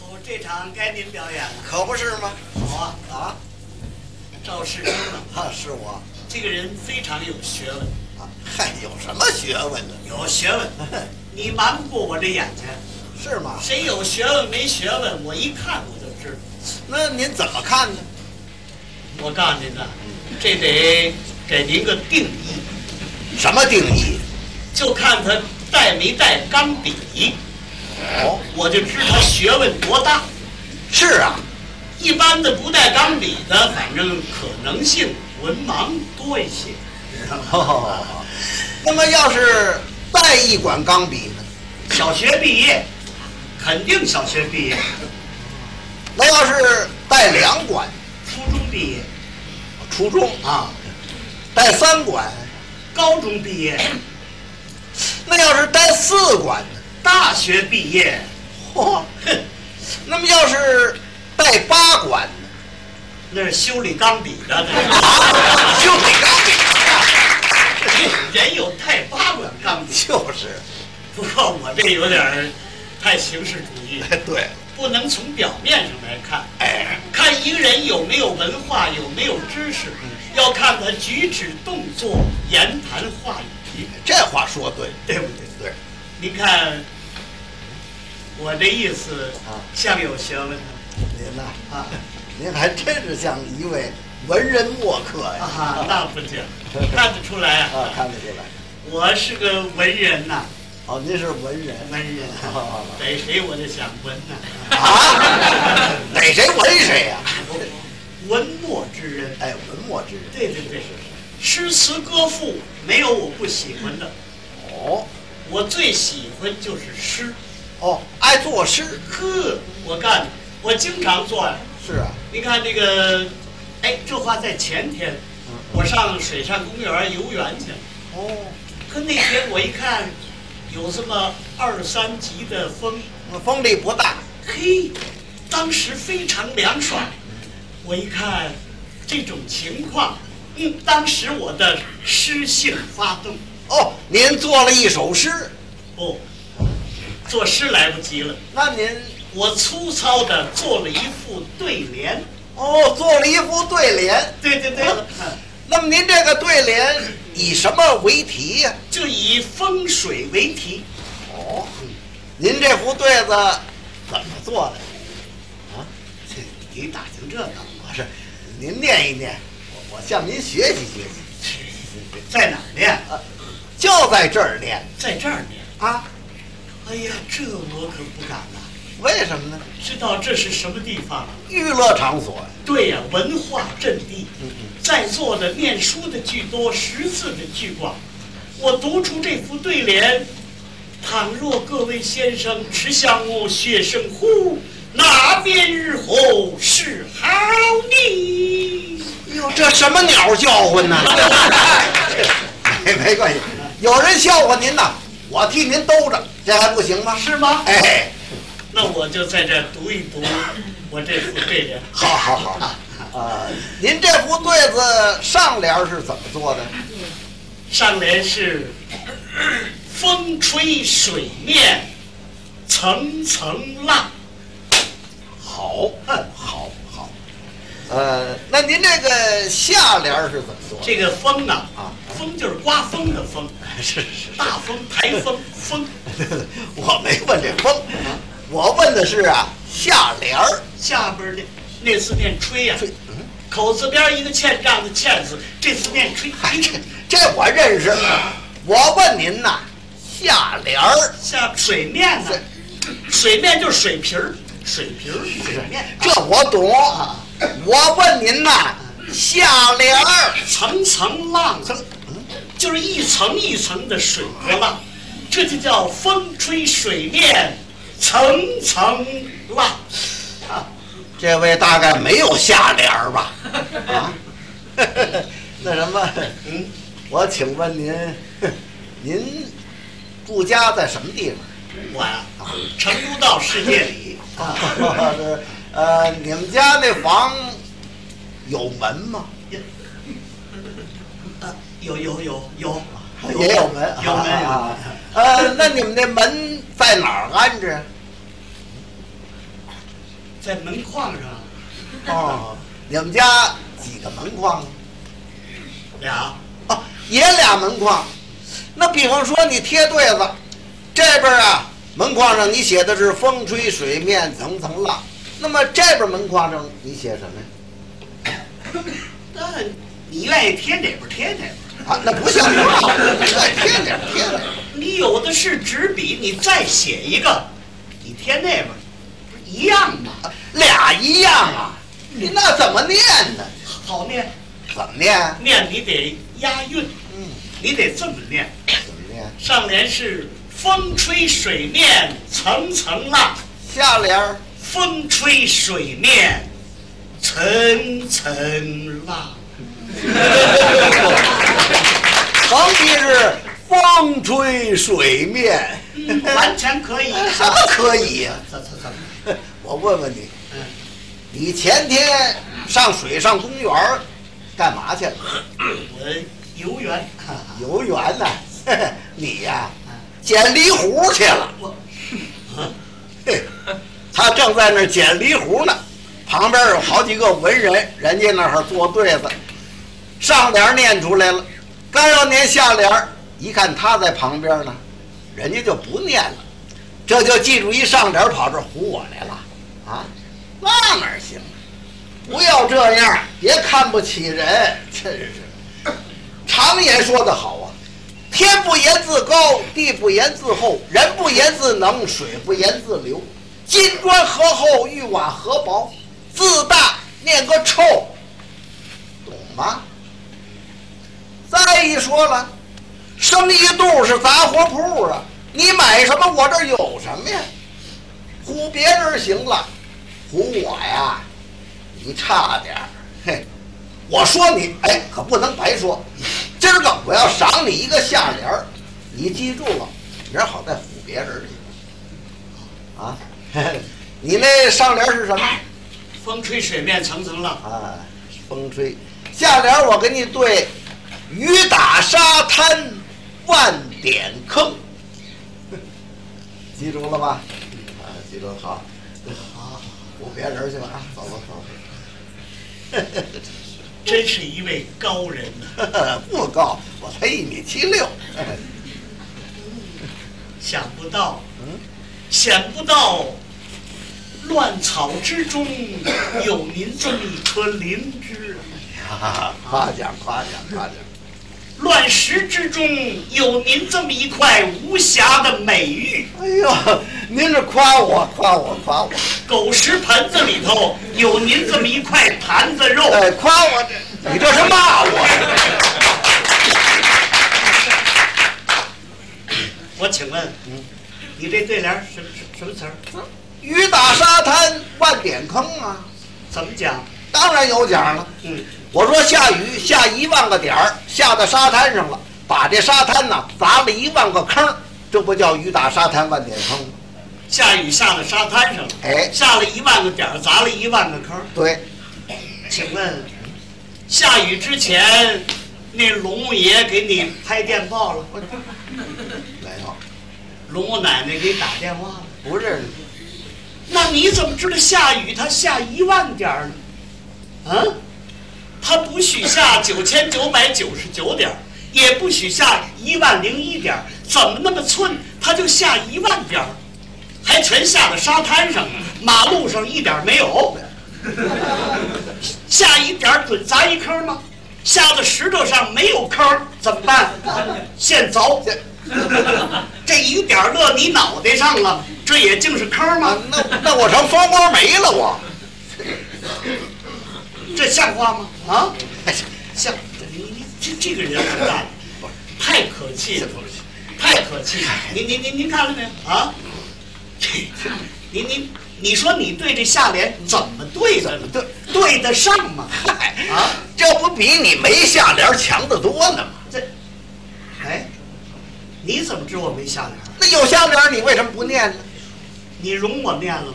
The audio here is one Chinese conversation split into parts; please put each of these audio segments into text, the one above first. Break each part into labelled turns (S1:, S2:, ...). S1: 哦该您表演了。
S2: 可不是吗？
S1: 好啊，
S2: 啊，
S1: 赵世忠啊，
S2: 啊是我
S1: 这个人非常有学问，
S2: 啊，嗨，有什么学问呢？
S1: 有学问。你瞒不过我这眼睛，
S2: 是吗？
S1: 谁有学问没学问，我一看我就知道。
S2: 那您怎么看呢？
S1: 我告诉您呐，这得给您个定义，
S2: 什么定义？
S1: 就看他带没带钢笔，
S2: 哦，
S1: 我就知他学问多大。
S2: 是啊，
S1: 一般的不带钢笔的，反正可能性文盲多一些。
S2: 哦，那么要是带一管钢笔呢？
S1: 小学毕业，肯定小学毕业，
S2: 那要是带两管，
S1: 初中毕业，
S2: 初中啊，带三管，
S1: 高中毕 业，
S2: 那要是带四管呢？
S1: 大学毕业，
S2: 嚯、
S1: 哼，
S2: 那么要是带八管呢？
S1: 那是修理钢笔的呢。
S2: 就得钢笔啊
S1: 人有太八管钢笔，
S2: 就是，
S1: 不过我这有点儿太形式主 义，
S2: 对，
S1: 不能从表面上来看。
S2: 哎，
S1: 看一个人有没有文化，有没有知识，
S2: 嗯
S1: 要看他举止动作、言谈话语，
S2: 这话说对，
S1: 对不对？
S2: 对，
S1: 您看，我这意思
S2: 啊
S1: 像有学问吗？
S2: 您呐、
S1: 啊
S2: 您还真是像一位文人墨客呀、
S1: 啊， 那不行，看得出来
S2: 啊，
S1: 啊，
S2: 看得出来。
S1: 我是个文人呐，
S2: 哦，您是文人
S1: 文人
S2: 哦，
S1: 逮谁我就想文呐，
S2: 啊？ 逮谁文谁呀、
S1: 文墨之人，
S2: 哎，文墨之人。
S1: 对对对，诗词歌赋没有我不喜欢的，
S2: 哦
S1: 我最喜欢就是诗。
S2: 哦，爱作诗
S1: 呵，我干的，我经常做呀。
S2: 是啊。
S1: 你看这个，哎，这话在前天，我上水上公园游园去了。
S2: 哦，
S1: 可那天我一看，有这么二三级的风，
S2: 那风力不大。
S1: 嘿，当时非常凉爽。我一看这种情况，嗯，当时我的诗性发动，
S2: 哦，您做了一首诗，
S1: 哦，作诗来不及了，
S2: 那您
S1: 我粗糙的做了一副对联。哦
S2: 哦做了一副对联。
S1: 对对对了，
S2: 那么您这个对联以什么为题呀、
S1: 就以风水为题，
S2: 哦，您这副对子怎么做的？啊
S1: 这你打听这个
S2: 我是，您念一念，我我向您学习学习，
S1: 在哪儿练？
S2: 就在这儿念
S1: 在这儿练。
S2: 啊？
S1: 哎呀，这我可不敢呐、
S2: 为什么呢？
S1: 知道这是什么地方？啊
S2: 娱乐场所呀。
S1: 对呀、文化阵地。在座的念书的居多，识字的居广。我读出这副对联：倘若各位先生持相我学生乎，哪边日后是好呢？
S2: 哟，这什么鸟叫唤呢？ 没没关系，有人笑话您呐，我替您兜着，这还不行吗？
S1: 是吗？
S2: 哎，
S1: 那我就在这儿读一读我这副对联。
S2: 好好好， 啊、您这副对子上联是怎么做的？
S1: 上联是“风吹水面层层浪
S2: 好，嗯好，好。呃，那您这个下联是怎么”，做的？
S1: 这个风啊
S2: 啊，
S1: 风就是刮风的风，
S2: 是是
S1: 大风、台风、风。
S2: 是，我没问这风，我问的是啊下联儿。
S1: 下边儿的那字念“吹”呀
S2: 这，嗯，
S1: 口字边一个欠账的“欠”字，这字念“吹
S2: 嗨，这这我认识。我问您呐，下联儿”。
S1: 下水面呢，水面就是水皮儿，水皮儿，水面
S2: 这我懂。我问您呐，下联儿
S1: 层层浪。
S2: 嗯
S1: 就是一层一层的水波浪，这就叫风吹水面层层浪。
S2: 这位大概没有下联儿 吧？啊，那什么，
S1: 嗯，
S2: 我请问您， 您住家在什么地方？
S1: 我呀、成都到世界里，
S2: 啊，是呃，你们家那房有门吗？
S1: 啊有有有有，
S2: 也有门，
S1: 有门有门
S2: 啊。呃，那你们那门在哪儿安置？
S1: 在门框上
S2: 哦，你们家几个门框啊？
S1: 俩，
S2: 哦，也俩门框。那比方说你贴对子，这边啊门框上你写的是风吹水面层层浪，那么这边门框上你写什么呀？
S1: 那你愿意贴哪边儿贴哪边儿。
S2: 啊，那不像话，这贴点贴点。
S1: 你有的是纸笔，你再写一个，你贴那边儿，不是一样吗？
S2: 俩一样啊，你那怎么念呢？
S1: 好念，
S2: 怎么念？
S1: 念你得押韵，
S2: 嗯，
S1: 你得这么念。
S2: 怎么念？
S1: 上联是风吹水面层层浪，
S2: 下联儿
S1: 风吹水面层层 浪。
S2: 横批是风吹水面，
S1: 嗯，完全可以。
S2: 什么啊可以呀、
S1: 怎怎怎么？
S2: 我问问你，
S1: 嗯，
S2: 你前天上水上公园儿干嘛去了？
S1: 我游园，哈哈
S2: 游园呢、 你呀、
S1: 啊
S2: 捡梨核去了。
S1: 我啊，
S2: 嘿，他正在那儿捡梨核呢，旁边有好几个文人，人家那儿做对子，上联念出来了，刚要念下联儿，一看他在旁边呢，人家就不念了，这就记住一上联儿跑这儿唬我来了啊，那哪儿行啊？不要这样，别看不起人，真是。常言说得好啊，天不言自高，地不言自厚，人不言自能，水不言自流。金砖何厚，玉瓦何薄，自大念个臭，懂吗？再一说了，生一肚是杂货铺啊，你买什么我这儿有什么呀？唬别人行了，唬我呀，你差点儿，嘿。我说你，哎，可不能白说。今儿个我要赏你一个下联儿，你记住了，明儿好再唬别人儿去。啊， 你那上联儿是什么？
S1: 风吹水面层层浪。
S2: 啊，风吹。下联儿我给你对，雨打沙滩万点坑， 记住了吧？啊，记住好，好，唬别人儿去吧啊，走吧 走吧。
S1: 真是一位高人呐、
S2: 不高，我才一米七六。
S1: 想不到，
S2: 嗯，
S1: 想不到，乱草之中有您这么一颗灵芝，
S2: 夸奖夸奖夸奖，
S1: 乱石之中有您这么一块无瑕的美玉，
S2: 哎呦，您是夸我夸我夸我，
S1: 狗食盆子里头有您这么一块盘子肉。
S2: 哎，夸我这， 你这是骂我。
S1: 我请问，
S2: 嗯
S1: 你这对联儿什么什么词儿？
S2: 雨打沙滩万点坑啊，
S1: 怎么讲？
S2: 当然有奖了。
S1: 嗯，
S2: 我说下雨下一万个点儿，下到沙滩上了，把这沙滩呐砸了一万个坑，这不叫雨打沙滩万点坑吗？
S1: 下雨下到沙滩上了，
S2: 哎
S1: 下了一万个点儿，砸了一万个坑儿。
S2: 对，
S1: 请问，下雨之前，那龙母爷给你拍电报了，
S2: 没有，
S1: 龙母奶奶给你打电话了，
S2: 不是，
S1: 那你怎么知道下雨它下一万点儿呢？啊，它不许下九千九百九十九点儿，也不许下一万零一点儿，怎么那么寸？它就下一万点儿，还全下到沙滩上了，马路上一点儿没有。下一点儿准砸一坑吗？下到石头上没有坑儿怎么办？现凿。这一点儿落你脑袋上了，这也竟是坑儿吗
S2: 啊？，那那我成蜂窝煤了 我。
S1: 这像话吗？啊，像你你这这个人很大，太可气了，太可气了！您您您您看了没有啊？这您您你说你对这下联怎么对的呢？
S2: 怎么
S1: 对对得上吗？
S2: 嗨
S1: 啊，
S2: 这不比你没下联强得多呢吗？
S1: 这，哎，你怎么知我没下联？
S2: 那有下联你为什么不念呢？
S1: 你容我念了吗？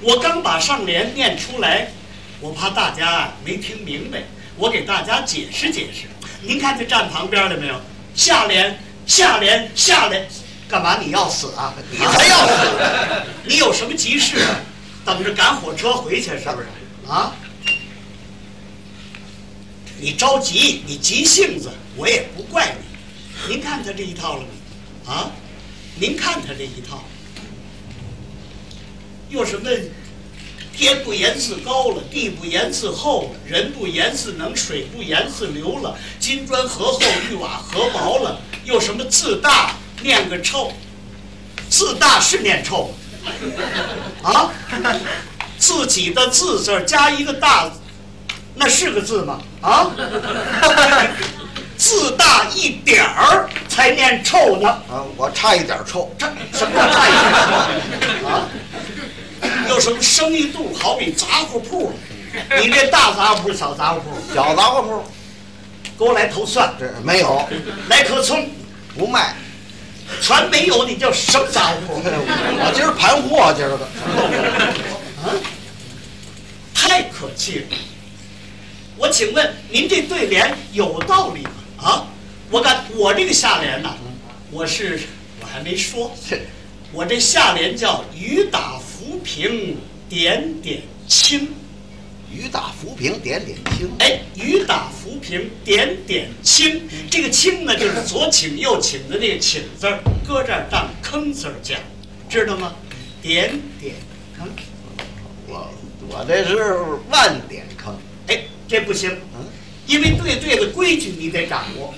S1: 我刚把上联念出来，我怕大家没听明白，我给大家解释解释。您看这站旁边了没有？下联，下联，下联，干嘛你要死啊？
S2: 你才要死！
S1: 你有什么急事啊？等着赶火车回去，是不是？
S2: 啊，
S1: 你着急，你急性子，我也不怪你。您看他这一套了吗？啊，您看他这一套，又什么天不言自高了，地不言自厚了，人不言自能，水不言自流了，金砖和厚，玉瓦和薄了，又什么自大念个臭，自大是念臭吗啊，自己的自字儿加一个大字。那是个字吗？啊， 字大一点儿才念臭呢。
S2: 啊，我差一点臭，
S1: 这什么叫大一点儿啊？有什么生意肚好比杂货铺，你这大杂货铺、小杂货铺，
S2: 小啊杂货铺
S1: 给我来头蒜，
S2: 这没有，
S1: 来颗葱，
S2: 不卖。
S1: 全没有，你叫什么杂货铺？
S2: 我今儿盘货，今儿个
S1: 太可气了！我请问您这对联有道理吗？啊，我敢，我这个下联啊呐、我是我还没说，
S2: 这
S1: 我这下联叫“雨打浮萍点点清
S2: 雨打浮萍点点青”。。
S1: 哎，雨打浮萍点点清，这个清呢，就是左倾右倾的那个倾字儿，搁这儿当坑字儿讲，知道吗？点点坑，
S2: 我我这是万点坑，
S1: 哎，这不行，
S2: 嗯，
S1: 因为对对的规矩你得掌 握，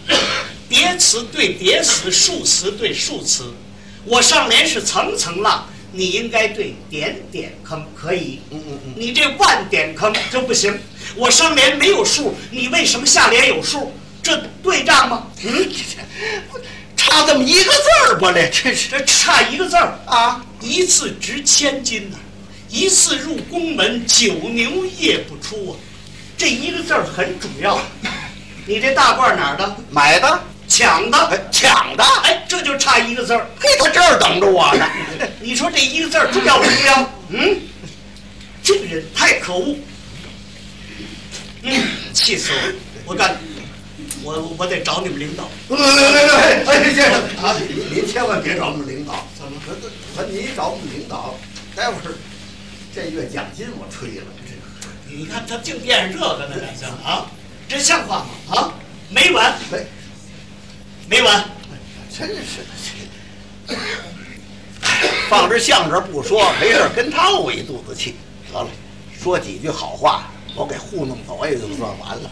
S1: 叠词对叠词，数词对数词。我上联是层层浪，你应该对点点坑，可以。
S2: 嗯嗯嗯
S1: 你这万点坑就不行。我上联没有数，你为什么下联有数？这对仗吗？
S2: 嗯，差这么一个字儿吧，这这是
S1: 这差一个字儿，
S2: 啊，
S1: 一次值千金呐、一次入宫门，九牛夜不出啊。这一个字儿很主 要。你这大褂哪儿的？
S2: 买的，
S1: 抢的。
S2: 哎抢的，
S1: 哎，这就差一个字儿。
S2: 嘿，他这儿等着我呢。
S1: 你说这一个字儿重要不重要？嗯，这个人太可恶，嗯，气死我了！我干，我我得找你们领导。
S2: 来来来来，哎，先生啊，您千万别找我们领导，
S1: 怎么？
S2: 我我您找我们领导，待会儿这月奖金我退了，这
S1: 你看他净惦上这个呢，敢像啊？这像话吗？啊，没完
S2: 没，
S1: 没完！
S2: 真是的。放这相声不说，没事儿跟他我一肚子气。得了，说几句好话，我给糊弄走也就算完了。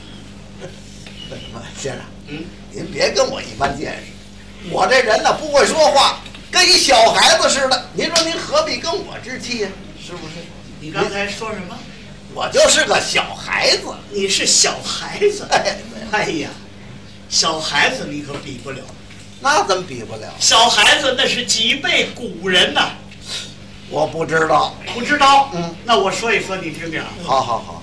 S2: 哎先生，
S1: 嗯，
S2: 您别跟我一般见识，我这人呢不会说话，跟一小孩子似的。您说您何必跟我置气呀、是不是？
S1: 你刚才说什么？
S2: 我就是个小孩子。
S1: 你是小孩子？
S2: 哎，
S1: 哎呀，小孩子你可比不了，
S2: 那怎么比不了？
S1: 小孩子那是几辈古人呐、
S2: 我不知道。
S1: 不知道？
S2: 嗯，
S1: 那我说一说你听听啊。
S2: 好好好，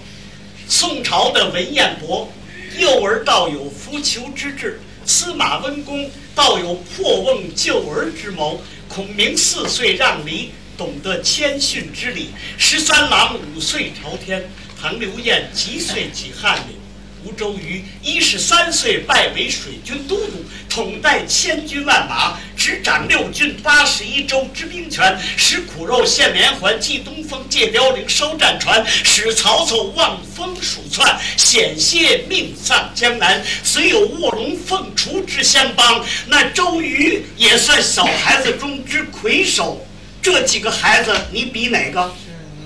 S1: 宋朝的文彦博，幼儿道有扶求之志；司马温公道有破瓮救儿之谋。孔明四岁让梨，懂得谦逊之礼；十三郎五岁朝天，唐刘晏几岁即翰林。吴周瑜一十三岁拜为水军都督，统带千军万马，执掌六郡八十一州之兵权，使苦肉献连环，祭东风，借辽陵，收战船，使曹操望风鼠窜，险些命丧江南。虽有卧龙凤雏之相帮，那周瑜也算小孩子中之魁首。这几个孩子，你比哪个？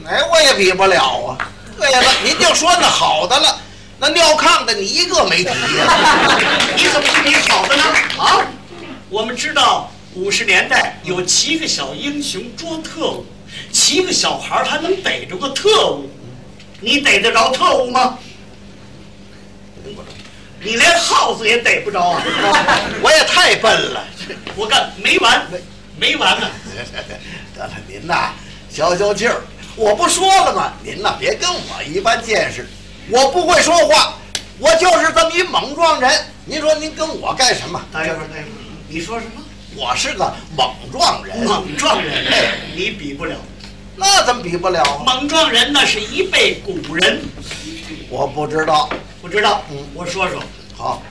S2: 哎，我也比不了啊。对了，您就说那好的了，那尿炕的你一个没提呀、
S1: 你怎么比你好的呢？啊，我们知道五十年代有七个小英雄捉特务，七个小孩儿还能逮着个特务，你逮得着特务吗？你连耗子也逮不着啊！
S2: 我也太笨了。
S1: 我干没完，没完呢、
S2: 得了，您呐，消消气儿。我不说了吗？您呐，别跟我一般见识，我不会说话，我就是这么一莽撞人。您说您跟我干什么？
S1: 待一会儿，待一会儿，你说什么？
S2: 我是个莽撞人，
S1: 莽撞人
S2: 哎，
S1: 你比不了。
S2: 那怎么比不了啊？
S1: 莽撞人那是一辈古人，
S2: 我不知道。
S1: 不知道
S2: 嗯？
S1: 我说说。
S2: 好，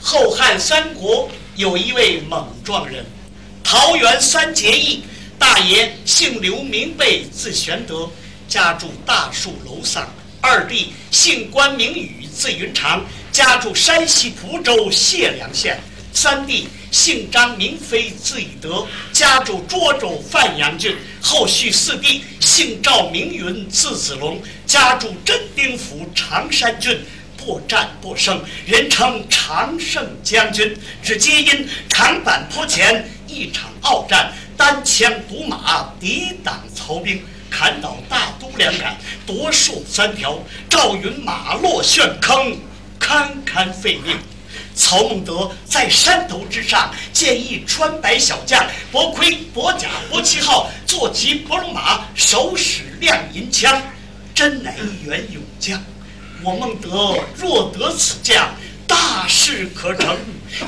S1: 后汉三国有一位莽撞人，桃园三结义，大大爷姓刘，名备，字玄德，家住大树楼上；二弟姓关，名羽，字云长，家住山西蒲州解良县；三弟姓张，名飞，字翼德，家住涿州范阳郡。后续四弟姓赵，名云，字子龙，家住真定府常山郡。破战不胜，人称常胜将军。只皆因长坂坡前一场鏖战，单枪独马抵挡曹兵，砍倒大都两杆，夺树三条，赵云马落陷坑，堪堪废命。曹孟德在山头之上建议穿白小将，薄盔薄甲薄旗号，坐骑薄龙马，手使亮银枪，真乃一员勇将。我孟德若得此将，大事可成，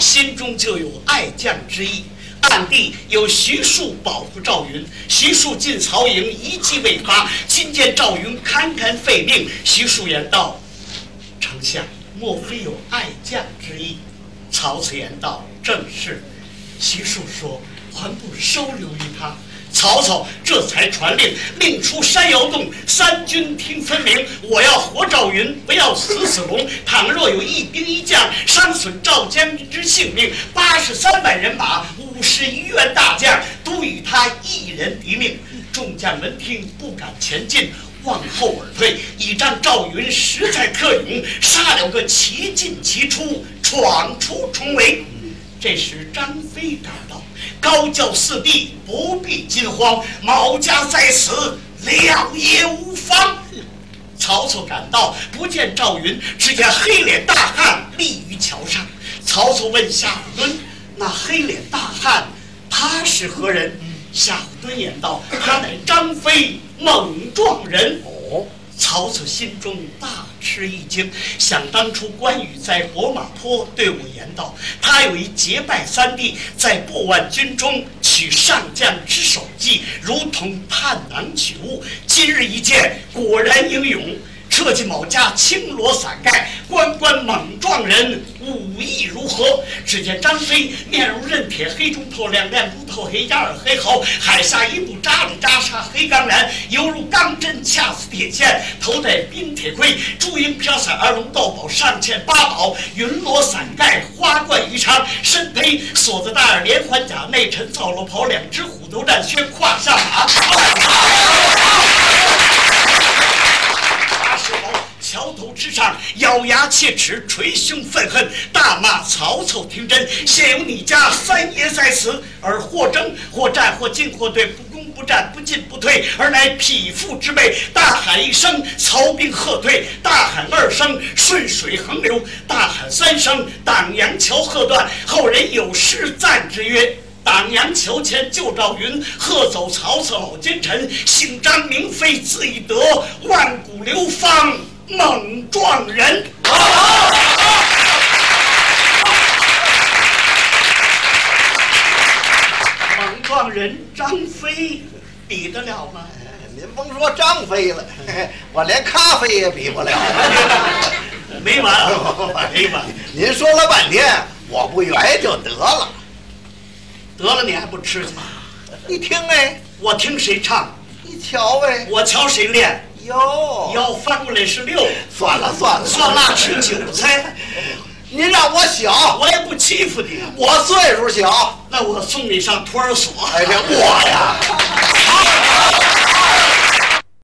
S1: 心中就有爱将之意。暗地有徐庶保护赵云，徐庶进曹营一计未发，今见赵云堪堪废命，徐庶言道：“丞相，莫非有爱将之意？”曹操言道：“正是。”徐庶说：“还不收留于他。”曹操这才传令，令出山摇动，三军听分明。我要活赵云，不要死子龙。倘若有一兵一将伤损赵将军之性命，八十三万人马，五十一员大将，都与他一人敌命。众将闻听，不敢前进，望后而退，倚仗赵云实在特勇，杀了个齐进齐出，闯出重围。这时张飞赶到，高叫四弟不必惊慌，毛家在此，两也无妨。曹操赶到，不见赵云，只见黑脸大汉立于桥上。曹操问夏侯惇：“那黑脸大汉，他是何人？”夏侯惇言道：“他乃张飞，猛撞人。”
S2: 哦，
S1: 曹操心中大吃一惊，想当初关羽在博马坡对我言道，他有一结拜三弟，在破万军中取上将之首级，如同探囊取物。今日一见，果然英勇。撤进某家青罗伞盖，关关猛撞人，武艺如何？只见张飞面如刃铁，黑中透亮，亮中透黑，压耳黑喉，海下一步扎里扎沙黑钢髯，犹如钢针恰似铁线，头戴冰铁盔，朱缨飘伞二龙斗宝，上嵌八宝，云罗伞盖，花冠鱼叉，身披锁子大耳连环甲，内衬皂罗袍，两只虎头战靴，胯下马。大石头桥头之上，咬牙切齿，捶胸愤恨，大骂曹操听真，现有你家三爷在此，而或争或战，或进或退，不攻不战，不进不退，而乃匹夫之辈。大喊一声，曹兵喝退；大喊二声，顺水横流；大喊三声，党阳桥喝断。后人有诗赞之曰。党阳桥前救赵云，喝走曹操老奸臣。姓张名飞字翼德，万古流芳猛撞人。猛撞人，张飞比得了吗？
S2: 您甭说张飞了， 我连咖啡也比不了。
S1: 没完啊，没完！
S2: 您说了半天，我不圆就得了。
S1: 得了，你还不吃去？
S2: 你听哎，
S1: 我听谁唱，
S2: 你瞧哎，
S1: 我瞧谁练。
S2: 哟，
S1: 腰翻过来是六，
S2: 算了算了
S1: 算辣吃韭菜。
S2: 您让我小，
S1: 我也不欺负你，
S2: 我岁数小。
S1: 那我送你上托儿所。
S2: 哎，这我